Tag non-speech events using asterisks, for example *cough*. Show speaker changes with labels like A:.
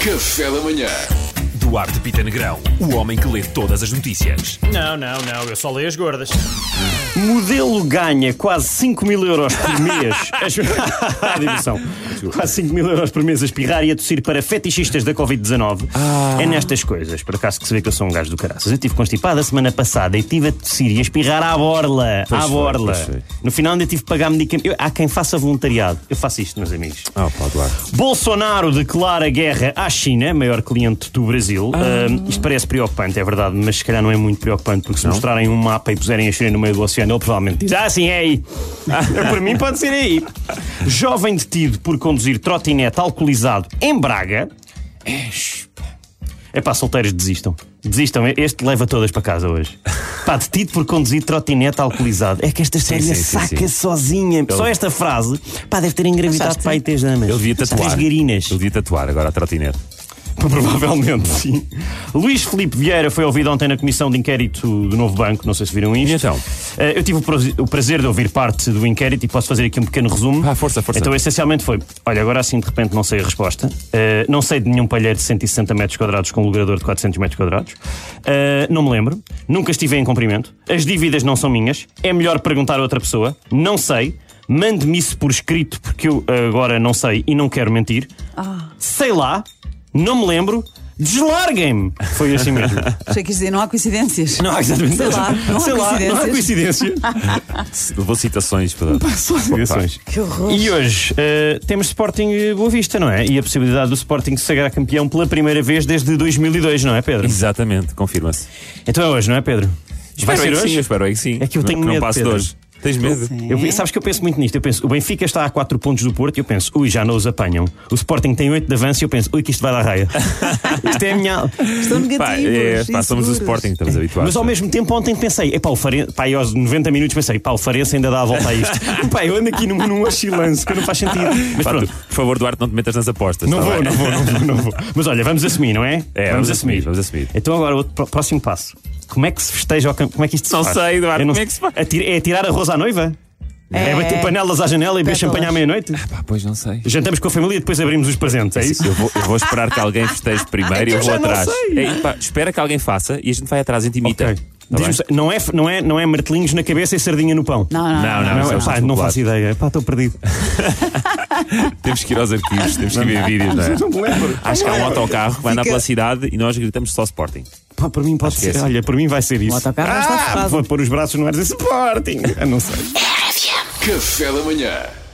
A: Café da Manhã.
B: Duarte Pita Negrão, o homem que lê todas as notícias.
C: Não, não, não, eu só leio as gordas.
D: Modelo ganha quase 5 mil euros por mês. *laughs* a diversão. Quase 5 mil euros por mês a espirrar e a tossir para fetichistas da Covid-19.
E: Ah.
D: É nestas coisas, por acaso, que se vê que eu sou um gajo do caraças. Eu estive constipado a semana passada e tive a tossir e a espirrar à borla.
E: Pois
D: à
E: foi,
D: borla.
E: pois foi.
D: no final ainda tive que pagar medicamento. Eu- Há quem faça voluntariado. Eu faço isto, meus amigos.
E: Ah, pá, Duarte.
D: Bolsonaro declara guerra à China, maior cliente do Brasil.
E: Ah.
D: Ahm, isto parece preocupante, é verdade, mas se calhar não é muito preocupante, porque se mostrarem um mapa e puserem a China no meio do oceano, ele provavelmente diz: Ah, sim, é aí.
E: Ah.
D: Para mim pode ser aí. Jovem detido por conduzir trotinete alcoolizado em Braga. É pá, solteiros desistam. Desistam, este leva todas para casa hoje. Pá, detido por conduzir trotinete alcoolizado. É que esta série
E: sim, sim,
D: saca
E: sim.
D: sozinha. Só esta frase, pá, deve ter engravidado para aí três damas.
E: Ele devia tatuar.
D: Três garinas.
E: Ele devia tatuar agora a trotinete.
D: *laughs* Provavelmente, sim. Luís Filipe Vieira foi ouvido ontem na comissão de inquérito do Novo Banco, não sei se viram isto.
E: E então?
D: Eh, Eu tive o prazer- o prazer de ouvir parte do inquérito e posso fazer aqui um pequeno resumo.
E: Ah, força, força.
D: Então, essencialmente foi: olha, agora assim de repente não sei a resposta, Eh, não sei de nenhum palheiro de 160 metros quadrados com um logrador de 400 metros quadrados, Eh, não me lembro, nunca estive em comprimento, as dívidas não são minhas, é melhor perguntar a outra pessoa, não sei, mande-me isso por escrito porque eu eh, agora não sei e não quero mentir, sei lá, não me lembro, deslarguem-me! Foi assim
E: *laughs*
D: mesmo.
F: Achei que ias dizer, não há coincidências.
E: Ah,
D: há exatamente
F: Sei lá, não há
D: sei lá, não há coincidência.
E: *laughs* Levou citações para.
D: Só
E: citações.
F: Que horror.
D: E hoje eh, temos Sporting eh, Boa Vista, não é? E a possibilidade do Sporting se sagrar campeão pela primeira vez desde 2002, não é, Pedro?
E: Exatamente, confirma-se.
D: Então é hoje, não é, Pedro? Vai
E: Espero
D: ser
E: é que sim, eu
D: hoje?
E: espero é que sim.
D: É que eu tenho
E: não
D: medo,
E: passo de
D: Pedro.
E: hoje. Tens medo?
F: Sim.
D: Eu- sabes que eu penso muito nisto. Eu penso, o Benfica está a 4 pontos do Porto e eu penso, ui, já não os apanham. O Sporting tem 8 de avanço e eu penso, ui, que isto vai
E: *laughs*
D: dar raia. isto é a minha.
F: Estão negativos.
E: Pá, é, pá, somos do
F: inseguros.
E: Sporting, estamos habituados.
D: Mas ao mesmo tempo ontem pensei, epá, o Farense, pá, e aos 90 minutos pensei, pá, o Farense ainda dá a volta
E: *laughs*
D: a isto. pá, eu ando aqui num, num oscilance que não faz sentido. Mas
E: Pá, tu,
D: pronto.
E: por favor, Duarte, não te metas nas apostas.
D: Não
E: tá
D: vou,
E: bem?
D: não vou, não vou,
E: *laughs*
D: não vou. Mas olha, vamos assumir, não é?
E: É, vamos assumir, vamos assumir.
D: Então agora, outro pró- próximo passo. Como é que se festeja, o cam- como é que isto se
E: Não
D: faz?
E: sei, Eduardo,
D: Eu
E: como é que se faz?
D: Atira- é tirar arroz à noiva? É,
F: É.
D: bater panelas à janela e beber
F: Pétalas.
D: champanhe à meia-noite?
E: Pá, pois não sei.
D: Jantamos com a família e depois abrimos os presentes, é isso?
E: Eu vou, eu vou esperar É que alguém *laughs* festeje primeiro e eu
D: Então
E: vou
D: já não
E: atrás.
D: sei.
E: É, pá, espera que alguém faça e a gente vai atrás, a gente imita.
D: Ok.
E: Tá
D: Diz-me
E: bem?
D: só, não, é, não, é, não é martelinhos na cabeça e sardinha no pão?
F: Não, não, não.
E: Não, não,
D: Não,
E: isso é
D: não,
E: os
D: pá, não
E: populares.
D: faço ideia. Pá, estou perdido.
E: Temos que ir aos arquivos, temos que ver vídeos, *laughs* não é?
D: me lembro.
E: Acho que há um autocarro que vai andar
F: Fica-
E: pela cidade e nós gritamos só Sporting.
D: Pá, para mim pode
E: que é
D: ser.
E: assim.
D: Olha, para mim vai ser isso.
F: autocarro já está
D: ah,
F: fechado.
D: vou pôr os braços no ar e dizer Sporting. Eu não sei.
A: Café da Manhã.